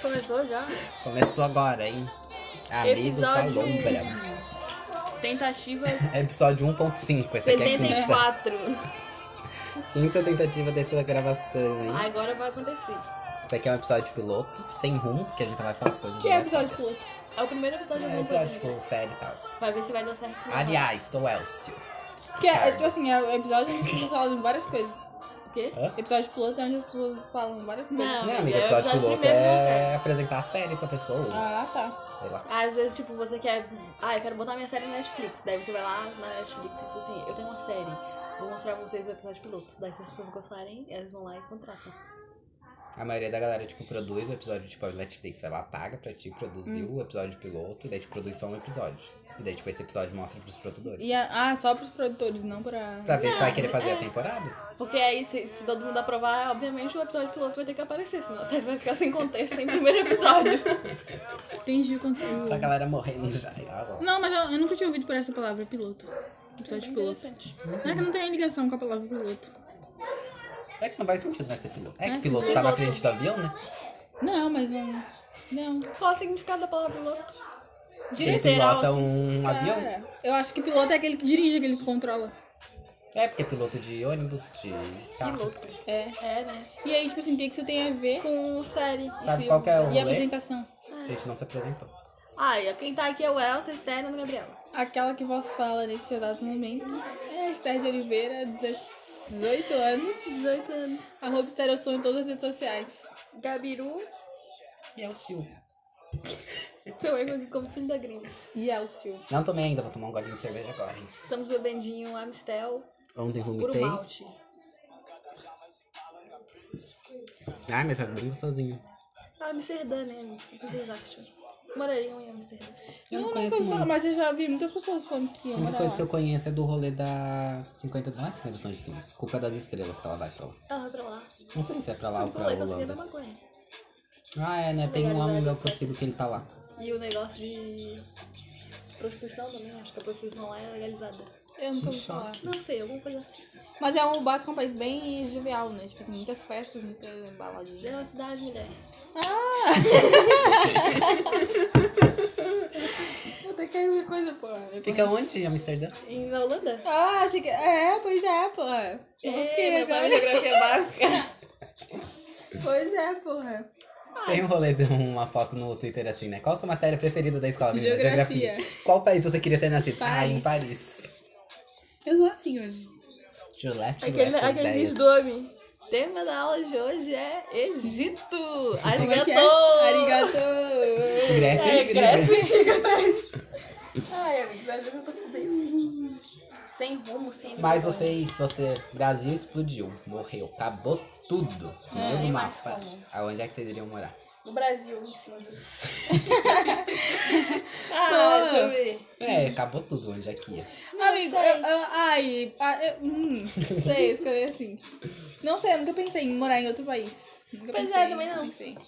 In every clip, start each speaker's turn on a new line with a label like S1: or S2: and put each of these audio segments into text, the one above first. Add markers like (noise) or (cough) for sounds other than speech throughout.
S1: começou já.
S2: Começou agora, hein? Amigos tá da
S1: Episódio-
S2: Lombra.
S1: Tentativa
S2: Episódio 1.5, esse aqui é a É quinta.
S1: 74.
S2: Quinta tentativa dessa gravação, hein?
S1: Agora vai acontecer.
S2: Esse aqui é um episódio piloto, sem rumo, porque a gente só vai falar coisas.
S1: Que é
S2: engraçadas.
S1: episódio piloto? É o primeiro episódio
S2: É
S1: do
S2: um episódio,
S1: mundo.
S2: tipo, sério e tal.
S1: Vai ver se vai dar certo. se não vai.
S2: Aliás, sou Elcio.
S3: Que é, é, tipo assim, é o episódio onde as pessoas falam várias coisas.
S1: O quê?
S2: Hã?
S3: Episódio piloto é onde as pessoas falam várias coisas.
S1: Não.
S2: Não,
S1: mas
S2: amiga,
S1: é o
S2: episódio
S1: episódio
S2: piloto
S1: primeiro, não
S2: é
S1: sério.
S2: apresentar a série pra pessoa,
S3: Ah, tá.
S2: sei lá.
S1: Às vezes, tipo, você quer. Ah, eu quero botar minha série na Netflix. Daí você vai lá na Netflix e diz assim: Eu tenho uma série. Vou mostrar pra vocês o episódio piloto. Daí, se as pessoas gostarem, elas vão lá e contratam.
S2: A maioria da galera, tipo, produz o episódio, tipo, a Netflix, ela paga pra ti produzir
S1: Hum.
S2: o episódio piloto, e daí te produz só um episódio. E daí, tipo, esse episódio mostra pros produtores.
S3: E a- ah, só pros produtores, não pra.
S2: Pra ver se
S1: Não,
S2: vai querer
S1: é.
S2: fazer a temporada.
S1: Porque aí, se, se todo mundo aprovar, obviamente o episódio piloto vai ter que aparecer. Senão a série vai ficar sem contexto, sem primeiro episódio.
S3: Entendi o conteúdo.
S2: Só a galera morrendo já. e lá, lá.
S3: Não, mas eu, eu nunca tinha ouvido por essa palavra, piloto. Episódio piloto.
S1: Interessante.
S3: Não é que não tem ligação com a palavra piloto.
S2: É que não faz sentido né, ser piloto. É que
S3: É.
S2: piloto tá na
S1: Piloto.
S2: frente do avião, né?
S3: Não, mas não. Não.
S1: Qual é o significado da palavra piloto?
S2: Que ele
S1: Direitoral.
S2: pilota um avião.
S3: Cara, eu acho que piloto é aquele que dirige, aquele que controla.
S2: É, porque é piloto de ônibus, de carro.
S1: Piloto.
S3: É.
S1: É, né?
S3: E aí, tipo assim, o que, que você tem a ver
S1: Com série.
S2: Sabe qual que é o
S3: e a
S2: rolê?
S3: apresentação?
S2: A gente não se apresentou.
S1: Ah, e quem tá aqui é o Elsa, Esther e Gabriela.
S3: Aquela que vos fala nesse exato momento é a Esther de Oliveira, 18 anos.
S1: 18 anos.
S3: Arroba Estereossom em todas as redes sociais.
S1: Gabiru,
S2: E é o Silvio.
S1: seu erro como filho da gringa.
S3: E Elcio.
S2: Não tomei ainda, vou tomar um golinho de cerveja agora. hein?
S1: Estamos bebendinho, Amstel,
S2: Ontem
S1: puro
S2: vomitei.
S1: malte.
S2: Ai, mas é bem gostosinho.
S1: Amsterdã, né? amigo? O que vocês acham? Morariam em Amsterdã.
S3: Eu
S2: não
S3: não
S2: conheço
S3: nunca ouvi falar,
S2: muito.
S3: mas eu já vi muitas pessoas falando que
S2: A
S3: eu
S2: única
S3: morava
S2: coisa que
S3: lá.
S2: eu conheço é do rolê da 50... Não é 50 tons de cinza. Culpa das estrelas que ela vai pra lá.
S1: Ela vai pra lá.
S2: Não sei se é pra lá ou
S1: Eu
S2: pra
S1: falei, consegui
S2: Holanda.
S1: da maconha.
S2: Ah, é, né? Tem um lá no meu que eu sigo que ele tá lá.
S1: E o negócio de prostituição também, acho que a prostituição lá é legalizada.
S3: Eu nunca ouvi falar.
S1: Não sei, alguma coisa assim.
S3: Mas é um básico, um país bem jovial, né? Tipo assim, muitas festas, Ah! muitas embaladinhas.
S1: Mesma É cidade, né? mulher.
S3: Puta que é coisa, pô. Eu
S2: Fica onde, em Amsterdã?
S1: E na Holanda?
S3: Ah, achei que. É, pois é, porra.
S1: É,
S3: Mosquei
S1: meu pai
S3: agora.
S1: de (laughs) geografia básica.
S3: Pois é, porra.
S2: Tem um rolê de uma foto no Twitter assim, né? Qual a sua matéria preferida da escola? menina?
S3: Geografia.
S2: Qual país você queria ter nascido? Ah,
S3: Paris.
S2: em Paris.
S3: Eu sou assim hoje.
S2: To left, to
S1: Aquele,
S2: left, as
S1: aquele vídeo
S2: ideias.
S1: do homem. Tema da aula de hoje é Egito.
S3: Como é
S1: Arigato.
S3: que é? (laughs) Arigato!
S2: Grécia
S1: É,
S2: antiga.
S1: Grécia (laughs) antiga atrás. Ai, amigos, às vezes eu tô fazendo isso. Sem rumo, sem
S2: Mas
S1: vergonha.
S2: vocês, você, Brasil explodiu, morreu, acabou tudo. Sumiu do
S1: nem É, mais
S2: mapa.
S1: como.
S2: Aonde é que vocês iriam morar?
S1: No Brasil, em cinzas. (laughs) ah, deixa eu ver.
S2: É, acabou tudo, onde é que ia?
S3: Amigo, eu, eu- ai, ah, eu, hum, não sei, eu ficaria assim. Não sei, eu nunca pensei em morar em outro país. Nunca
S1: Pois é,
S3: pensei,
S1: também não.
S3: Pensei.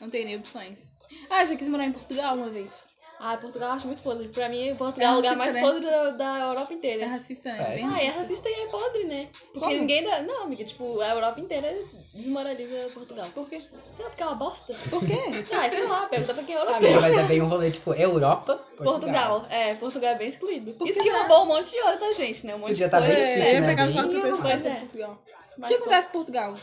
S3: Não tenho nem opções. Ah, já quis morar em Portugal uma vez.
S1: Ah, Portugal eu acho muito podre. Pra mim, Portugal é o
S3: É
S1: lugar
S3: racista,
S1: mais
S3: né?
S1: podre da, da Europa
S3: É
S1: inteira.
S3: racista, né?
S2: Sério?
S3: Bem
S1: Ah,
S3: racista.
S1: é racista e é podre, né? Porque
S3: Como?
S1: ninguém dá. Não, amiga, tipo, a Europa inteira desmoraliza Portugal.
S3: Por quê?
S1: Sei lá, porque é uma bosta.
S3: Por quê?
S1: (laughs) Ah, sei lá, pergunta pra quem é
S2: Amiga,
S1: europeu.
S2: mas é bem um rolê, tipo, Europa, Portugal.
S1: Portugal. É, Portugal é bem excluído. Isso que roubou um monte de hora da gente, né? Um monte
S2: Podia
S1: de
S2: tá
S1: coisa.
S2: bem
S3: É,
S2: chique,
S3: eu
S2: né?
S3: pegava só
S2: Bem-
S3: com pessoas
S1: Pois
S3: em
S1: é.
S3: Portugal. O
S1: Mas
S3: que acontece em Portugal?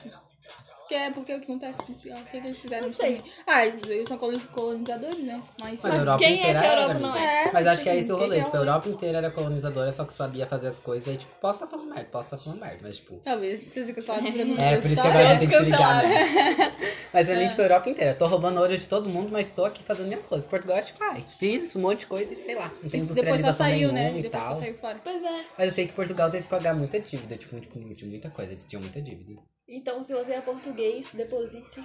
S3: Que é porque o que acontece em Portugal? O que, que eles fizeram?
S1: Não
S3: isso
S1: sei.
S3: também? Ah, eles, eles são coloni- colonizadores, né? Mas,
S2: Mas a Europa
S1: quem é que a
S2: inteira era,
S1: Europa não
S2: amiga.
S3: é? É,
S2: Mas acho
S3: tipo
S2: que é
S3: assim,
S2: esse o
S3: quem
S2: rolê.
S3: é
S2: Tipo, a
S3: o-
S2: Europa inteira era colonizadora, só que sabia fazer as coisas e, tipo, posso tá falando merda, posso tá falando merda, mas, tipo.
S3: Talvez seja cancelado por não
S2: É, por isso que agora a gente tem que se ligar, né? Mas
S3: É.
S2: pra mim, tipo, a Europa inteira. Tô roubando ouro de todo mundo, mas tô aqui fazendo minhas coisas. Portugal é tipo, ai, fiz um monte de coisa e sei lá. Não tem
S3: (laughs) Depois só
S2: industrialização
S3: saiu, né?
S2: nenhuma e
S3: Depois
S2: tal.
S3: só saiu fora.
S1: Pois é.
S2: Mas eu sei que Portugal teve que pagar muita dívida, tipo, muito, muito, muita coisa. Eles tinham muita dívida.
S1: Então, se você é português, deposite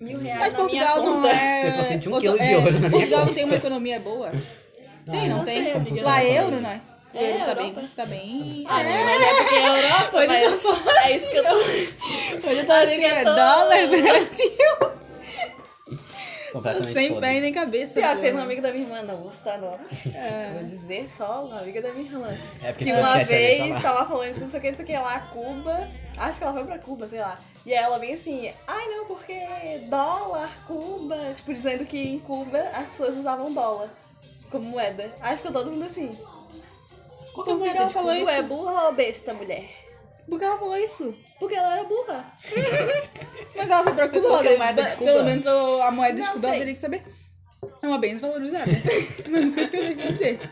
S1: mil reais
S3: Mas
S1: na
S3: Portugal
S1: minha
S3: não
S1: conta.
S3: é.
S2: Depois tem de um
S3: Portu-
S2: quilo de ouro na minha
S3: Portugal não
S2: conta.
S3: tem uma economia boa? Tem, não
S1: não
S3: tem?
S1: sei, amiga.
S3: Lá
S2: Não
S3: é
S2: sei.
S3: euro, não é? O
S1: É,
S3: euro tá
S1: Europa.
S3: bem. Tá bem.
S1: Ah, é, mas é porque é Europa,
S3: Hoje
S1: mas-
S3: eu tô falando
S1: É isso que eu tô...
S3: (laughs) Hoje eu tô assim, é
S1: eu tô-
S3: dólar Brasil.
S2: Completamente
S3: Sem
S2: podre.
S3: pé e nem cabeça.
S1: Pior,
S3: pô.
S1: Ah, teve uma amiga da minha irmã, não vou citar nomes. Vou dizer só uma amiga da minha irmã.
S2: É porque
S1: que
S2: esse
S1: uma
S2: podcast é
S1: vez
S2: reclamar.
S1: tava falando de não sei o que, não sei o que lá, Cuba. Acho que ela foi pra Cuba, sei lá. E aí ela bem assim, ai não, porque dólar, Cuba. Tipo, dizendo que em Cuba as pessoas usavam dólar como moeda. Aí ficou todo mundo assim.
S3: Por
S1: Como
S3: que ela falou
S1: Tu é
S3: isso?
S1: burra ou besta, mulher?
S3: Por que ela falou isso?
S1: Porque ela era burra.
S3: Mas ela foi pra Cuba,
S1: Porque a
S3: ela
S1: moeda
S3: deve-
S1: de Cuba-
S3: pelo menos o- a moeda de
S1: Não
S3: Cuba ela
S1: sei.
S3: teria que saber. É uma bem desvalorizada. (laughs) Uma coisa que eu sei dizer.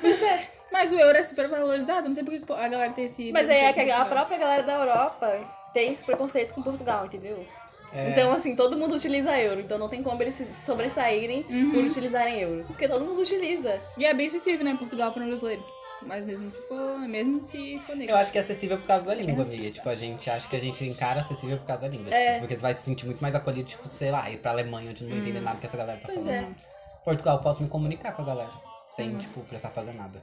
S1: Pois é.
S3: Mas o euro é super valorizado, não sei por que a galera tem esse.
S1: Mas aí é que
S3: preconceito
S1: a
S3: com o euro.
S1: própria galera da Europa tem esse preconceito com Portugal, entendeu?
S2: É.
S1: Então, assim, todo mundo utiliza euro. Então não tem como eles se sobressaírem por utilizarem euro. Porque todo mundo utiliza.
S3: E é bem acessível, né? Portugal para um brasileiro. Mas mesmo se for. Mesmo se for negro.
S2: Eu acho que é acessível por causa da
S1: É.
S2: língua, Bia. Tipo, a gente acha que a gente encara acessível por causa da língua. tipo, porque você vai se sentir muito mais acolhido, tipo, sei lá, ir pra Alemanha, onde não vai entender nada que essa galera tá
S1: Hum. Pois
S2: falando.
S1: é. Uhum.
S2: Portugal, eu posso me comunicar com a galera. Sem, tipo, precisar fazer nada.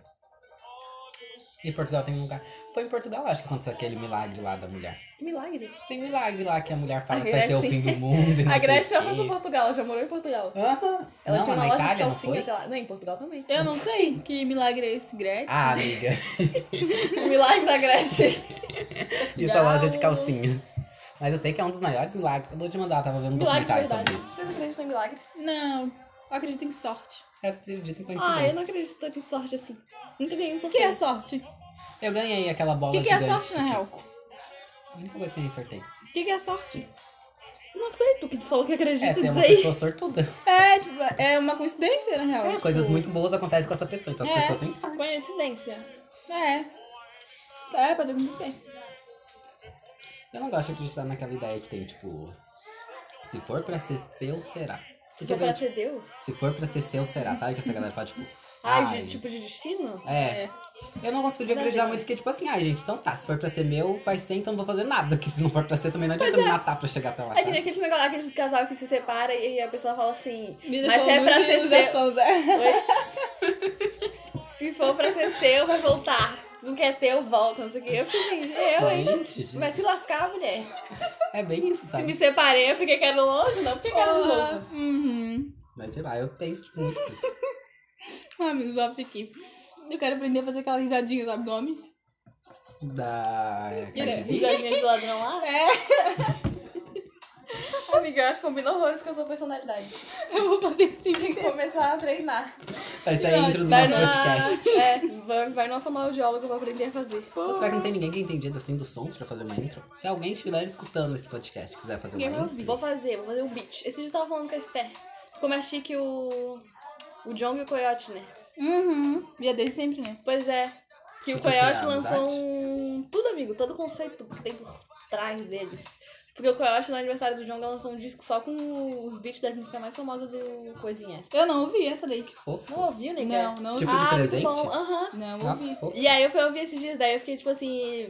S2: E Portugal tem um lugar. Foi em Portugal, acho que aconteceu aquele milagre lá da mulher.
S1: Que milagre.
S2: Tem milagre lá que a mulher fala
S1: A
S2: que vai ser o
S1: Gretchen.
S2: fim do mundo. E
S1: (laughs)
S2: não
S1: A Gretchen
S2: sei
S1: já
S2: o
S1: foi pra
S2: quê.
S1: Portugal, ela já morou em Portugal.
S2: Aham.
S1: Ela
S2: é Não,
S1: tinha uma
S2: na
S1: loja de
S2: Itália, não
S1: calcinha,
S2: foi?
S1: sei lá. Não, em Portugal também. (laughs)
S3: Eu não sei que milagre é esse, Gretchen.
S2: Ah, amiga. (laughs)
S1: O milagre da Gretchen.
S2: Isso é loja de calcinhas. Mas eu sei que é um dos maiores milagres. Eu vou te mandar, tava vendo um
S1: Milagre de
S2: documentário
S1: verdade.
S2: sobre isso.
S1: Vocês acreditam em milagres?
S3: Não. Eu acredito em sorte.
S2: Essa acredita em
S1: Ah, eu não
S2: coincidência.
S1: acredito tanto em sorte assim. Nunca ganhei um
S3: O que
S1: sorteio.
S3: é sorte? O
S2: eu ganhei aquela bola
S3: que, que é
S2: gigante.
S3: sorte,
S1: né?
S3: na real?
S2: A única coisa que eu ganhei em sorteio.
S3: O que, que é sorte?
S1: é- Não sei, tu que te falou que acredita,
S2: Essa é
S1: diz
S2: uma
S1: aí.
S2: pessoa sortuda.
S3: É, tipo, é uma coincidência, na real.
S2: É,
S3: tipo,
S2: coisas muito boas acontecem com essa pessoa, então as
S3: É.
S2: pessoas têm sorte.
S1: Coincidência.
S3: É. É, pode acontecer.
S2: Eu não gosto de acreditar naquela ideia que tem, tipo. Se for pra ser seu, será.
S1: Se
S2: Porque
S1: for pra
S2: daí,
S1: ser Deus.
S2: tipo, se for pra ser seu, será. Sabe que essa galera fala, tipo.
S1: (laughs) Ai, de- tipo de destino?
S2: É.
S3: É.
S2: Eu não consigo
S1: Nada a
S2: acreditar
S1: ver.
S2: muito que, tipo assim, ai, gente, então tá, se for pra ser meu, vai ser, então não vou fazer nada. Que se não for pra ser, também não adianta me matar pra chegar até lá.
S1: É que
S2: sabe?
S1: nem aquele negócio, aquele casal que se separa e a pessoa fala assim,
S3: Me
S1: mas se é
S3: deixou
S1: pra
S3: muito é.
S1: ser
S3: Zé
S1: seu,
S3: Souza.
S1: Oi? se for pra ser seu, vai voltar. Se não quer teu, volta, não sei o que. Eu fiquei assim, eu, hein?
S2: Gente,
S1: Vai se lascar, mulher.
S2: É bem isso,
S1: Se
S2: sabe?
S1: me separei é porque quero longe, não porque quero
S3: Porra.
S1: longe.
S3: Uhum.
S2: Mas sei lá, eu penso, tipo, muito nisso.
S3: Ah, me só fiquei. Eu quero aprender a fazer aquela risadinha, sabe do homem?
S2: Da. Cardi B?
S1: Risadinha de ladrão lá.
S3: É,
S1: (laughs)
S3: (laughs)
S1: Amiga, eu acho que combina horrores com a sua personalidade.
S3: eu vou fazer isso
S1: Tem
S3: também.
S1: que começar a treinar.
S2: Essa é a intro do
S1: Vai
S2: nosso
S1: na...
S2: podcast.
S1: É, vai, vai numa fonoaudióloga pra aprender a fazer.
S2: Será que não tem ninguém que é entendido assim dos sons pra fazer uma intro? Se alguém estiver escutando esse podcast e quiser fazer
S3: Ninguém vai
S2: uma
S3: ouvir.
S2: intro.
S1: Vou fazer, vou fazer um beat. Esse dia eu tava falando com a Esther. Como é chique o. O John e o Coyote, né?
S3: Uhum. E é desde sempre, né?
S1: Pois é. Que
S2: Chique
S1: o
S2: que é
S1: Coyote
S2: a
S1: lançou
S2: amizade.
S1: um. Tudo, amigo, todo o conceito que tem por trás deles. Porque o Coyote, no aniversário do Jonga, lançou um disco só com os beats das músicas mais famosas do Coisinha.
S3: Eu não ouvi essa daí.
S2: Fofo.
S1: Não ouviu, nega?
S3: Não, não ouvi.
S2: Tipo de
S1: ah,
S2: presente?
S1: muito bom. Aham.
S3: Não
S2: Nossa,
S3: ouvi.
S2: fofo.
S1: E aí eu fui ouvir esses dias, daí eu fiquei tipo assim,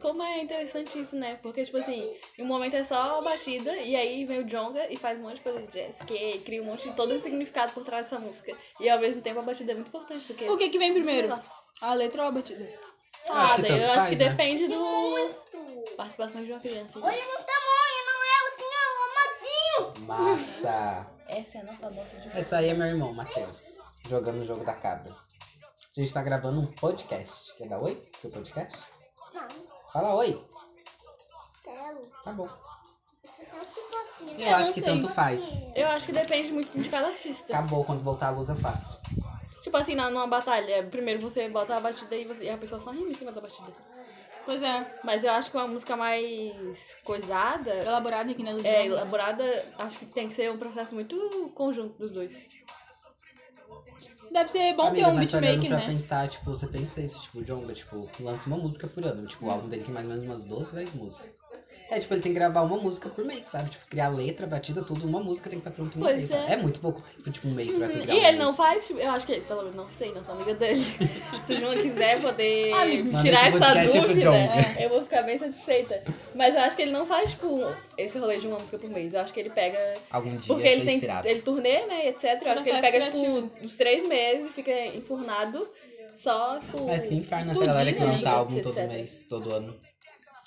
S1: como é interessante isso, né? Porque, tipo assim, em um momento é só a batida, e aí vem o Jonga e faz um monte de coisa de jazz, que cria um monte de todo um significado por trás dessa música. E ao mesmo tempo a batida é muito importante, porque. é um
S3: O que que vem primeiro?
S1: Nossa.
S3: A letra ou a batida?
S1: Ah,
S2: acho que
S1: daí eu
S2: tanto
S1: acho
S2: faz,
S1: que
S2: né?
S1: depende do. Participação de uma criança.
S4: Olha no tamanho, não é o senhor Amadinho.
S2: Massa.
S1: Essa é a nossa nota de
S2: Essa aí é meu irmão, Matheus. Jogando o jogo da cabra. A gente tá gravando um podcast. Quer dar oi pro podcast?
S4: Não,
S2: Fala oi.
S4: Telo,
S2: Tá bom.
S4: você tá um pouquinho.
S2: Eu,
S3: Eu
S2: acho
S3: não
S2: que
S3: sei.
S2: tanto faz.
S1: Eu acho que depende muito de cada artista.
S2: Acabou, quando voltar a luz eu faço.
S1: Tipo assim, na- numa batalha, primeiro você bota a batida e, você, e a pessoa só rima em cima da batida.
S3: Pois é.
S1: Mas eu acho que uma música mais coisada,
S3: Elaborada aqui na do
S1: É,
S3: Djonga.
S1: elaborada, acho que tem que ser um processo muito conjunto dos dois.
S3: Deve ser bom
S2: Amiga,
S3: ter um
S2: mas tá olhando
S3: beatmaker,
S2: pra
S3: né?
S2: pensar, tipo, você pensa isso, tipo, o Jonga, tipo, lança uma música por ano. Tipo, o álbum dele tem mais ou menos umas 12, 10 músicas. É, tipo, ele tem que gravar uma música por mês, sabe? Tipo, criar letra, batida, tudo, uma música tem que estar pronto em um
S1: Pois
S2: mês.
S1: é. Uhum.
S2: sabe? É muito pouco tempo, tipo, um mês pra tu
S1: E
S2: criar uma
S1: ele não
S2: música.
S1: faz, tipo, eu acho que ele, pelo menos, não sei, não sou amiga dele. (laughs) Se o João quiser poder
S3: Amigo.
S2: Manda
S1: tirar
S2: esse
S1: essa
S2: podcast pro
S1: dúvida, É,
S2: John.
S1: eu vou ficar bem satisfeita. Mas eu acho que ele não faz, tipo, esse rolê de uma música por mês. Eu acho que ele pega.
S2: Algum dia
S1: Porque ele
S2: tá
S1: tem,
S2: inspirado.
S1: ele turnê, né, etc. Eu acho que ele
S3: Processo
S1: pega,
S3: criativo.
S1: tipo, uns três meses e fica enfurnado só tipo, com.
S2: Mas que inferno essa
S3: Tudinho,
S2: galera que lança
S1: amiga,
S2: álbum
S1: né? etc.
S2: todo mês, todo ano.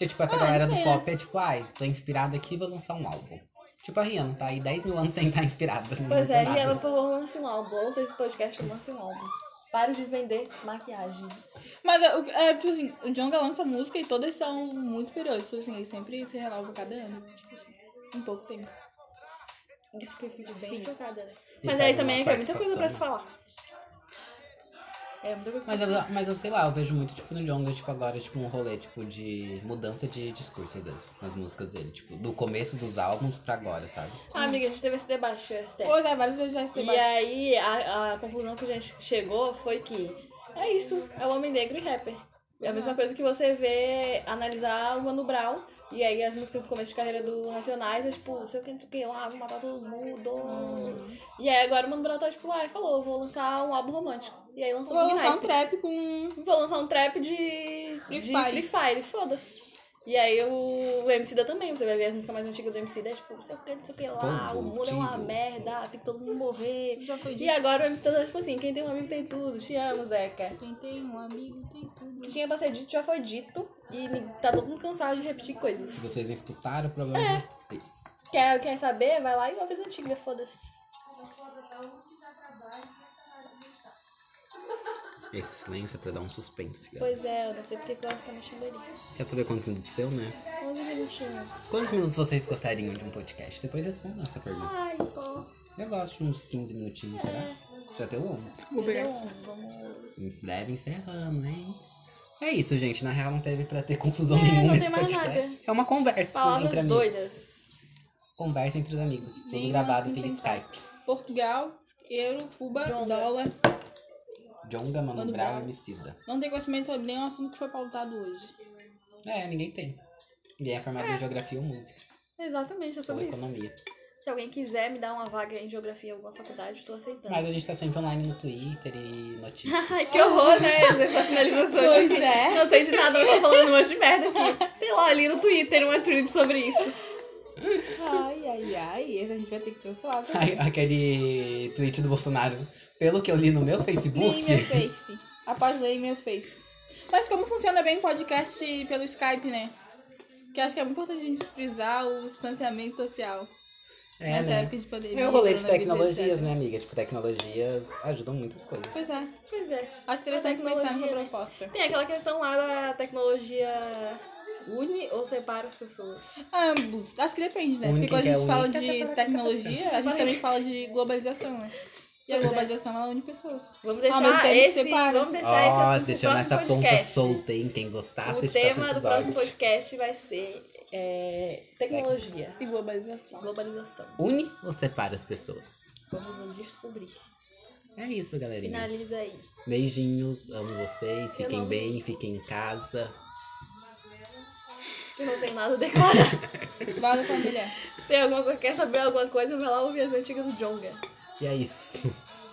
S2: Porque, tipo, essa
S3: Ah,
S2: galera
S3: não
S2: do
S3: sei,
S1: né?
S2: pop é tipo, ai, tô inspirada aqui, vou lançar um álbum. Tipo a Rihanna, tá aí 10 mil anos sem estar inspirada. não
S1: Pois
S2: lança
S1: é,
S2: nada.
S1: Rihanna, por favor, lance um álbum. Ou se esse podcast lance um álbum. Pare de vender maquiagem.
S3: Mas, é, o- é, tipo assim, o Jonga lança música e todas são muito superiores. Tipo assim, ele sempre se renova cada ano. Tipo assim, em pouco tempo.
S1: Isso que eu fico bem
S3: Sim.
S1: chocada, né?
S2: E
S1: Mas
S2: faz
S1: aí também é
S2: umas
S1: que é muita coisa pra se
S2: participações,
S1: falar. É muita coisa pra
S2: Mas
S1: se
S2: eu,
S1: falar.
S2: mas eu sei lá, eu vejo muito, tipo, no Jonga, tipo, agora, tipo, um rolê, tipo, de mudança de discursos deles, nas músicas dele. Tipo, do começo dos álbuns pra agora, sabe?
S1: Ah, amiga, a gente teve esse debate, esse teste.
S3: Pois é, várias vezes já esse
S1: E
S3: debate.
S1: aí, a, a conclusão que a gente chegou foi que é isso, é o homem negro e rapper. É a mesma coisa que você vê analisar o Mano Brown, e aí as músicas do começo de carreira do Racionais é tipo, não sei o que, não sei o que lá, vou matar todo mundo.
S3: Hum.
S1: E aí agora o Mano Brown tá tipo, ai, falou, vou lançar um álbum romântico. E aí lançou
S3: Vou
S1: Big
S3: lançar um
S1: Night.
S3: trap com...
S1: Vou lançar um trap de
S3: Free
S1: de Free
S3: Fire.
S1: Fire, foda-se. E aí o, o MC da também, você vai ver as músicas mais antigas do MC da, tipo, não sei o que, não sei o que lá, o mundo é uma
S2: Bandido.
S1: merda, tem que todo mundo morrer.
S3: Já foi
S1: E
S3: dito.
S1: agora o MC da, tipo assim, quem tem um amigo tem tudo, te amo, Zeca.
S3: Quem tem um amigo tem
S1: O
S3: tudo.
S1: que tinha pra ser dito já foi dito e nin- tá todo mundo cansado de repetir
S2: Se
S1: coisas.
S2: vocês não escutaram, o problema é vocês.
S1: Quer, quer saber? Vai lá e ouve as antigas, foda-se.
S2: Esse silêncio é pra dar um suspense, galera.
S1: Pois é, eu não sei porque que o Alex tá mexendo ali.
S2: Quer saber quantos minutos deu, né?
S1: 11 minutinhos.
S2: Quantos minutos vocês gostariam de um podcast? Depois respondam essa pergunta.
S1: Ai, pô.
S2: Eu gosto de uns 15 minutinhos, será? Já deu 11.
S3: Vou pegar.
S1: Deu 11, vamos...
S2: Em breve encerrando, hein? É isso, gente. Na real, não teve pra ter conclusão
S1: É,
S2: nenhuma
S1: não
S2: esse
S1: tem mais
S2: podcast.
S1: nada.
S2: É uma conversa
S1: Palavras
S2: entre amigos.
S1: doidas.
S2: Conversa entre os amigos. Tudo
S3: Nem
S2: gravado
S3: assim
S2: pelo
S3: sem
S2: Skype.
S3: Portugal, euro, Cuba,
S1: Jonga.
S3: dólar.
S2: Jonga, Mano Brown
S3: Mano
S2: e
S3: Brown.
S2: Emicida.
S3: Não tem conhecimento sobre nenhum assunto que foi pautado hoje.
S2: É, ninguém tem. Ele é formado em geografia ou música.
S1: Exatamente, é
S2: Ou
S1: sobre isso.
S2: economia.
S1: Se alguém quiser me dar uma vaga em geografia em alguma faculdade, eu tô aceitando.
S2: Mas a gente tá sempre online no Twitter e notícias.
S3: (laughs)
S1: Ai, que horror, né? Essa finalização.
S3: Pois
S1: Assim,
S3: é.
S1: Não sei de nada, mas tô falando um monte de merda aqui. Sei lá, ali no Twitter, uma thread sobre isso.
S3: Ai, ai, ai. Esse a gente vai ter que cancelar. porque
S2: Ai, Aquele tweet do Bolsonaro. Pelo que eu li no meu
S3: Nem meu
S2: Facebook.
S3: face. Após ler meu face. Mas como funciona bem o podcast pelo Skype, né? Que acho que é muito importante a gente frisar o distanciamento social.
S2: É,
S3: nessa
S2: né?
S3: época de pandemia.
S2: É o rolê de
S3: coronavírus,
S2: tecnologias,
S3: etc.
S2: né, amiga? Tipo, tecnologias ajudam muitas coisas.
S3: Pois é.
S1: Pois é.
S3: Acho interessante pensar nessa
S1: tecnologia, né?
S3: proposta.
S1: Tem aquela questão lá da tecnologia une ou separa as pessoas.
S3: Ambos. Acho que depende, né?
S2: O
S3: Porque
S2: único
S3: quando a
S2: que é
S3: gente fala
S2: único.
S3: de tecnologia, a gente também fala de globalização, né? E a globalização, ela une pessoas.
S1: Vamos
S3: Ao
S1: deixar
S3: mesmo tempo que
S1: esse,
S3: separa.
S1: vamos deixar esse
S2: Ó,
S1: assunto pro
S2: deixando
S1: próximo
S2: essa ponta
S1: podcast.
S2: solta, hein? Quem gostar,
S1: O
S2: assiste
S1: tema do
S2: outro
S1: próximo
S2: episódio.
S1: podcast vai ser é, tecnologia,
S3: E globalização.
S1: globalização.
S2: Une ou separa as pessoas?
S1: Vamos descobrir.
S2: É isso, galerinha.
S1: Finaliza aí.
S2: Beijinhos, amo vocês.
S1: Eu
S2: Fiquem
S1: amo.
S2: bem, fiquem em casa.
S1: Eu não tenho nada a declarar. (laughs)
S3: Vale, família.
S1: Tem alguma coisa, quer saber alguma coisa, vai lá ouvir as antigas do Jonga.
S2: E é isso.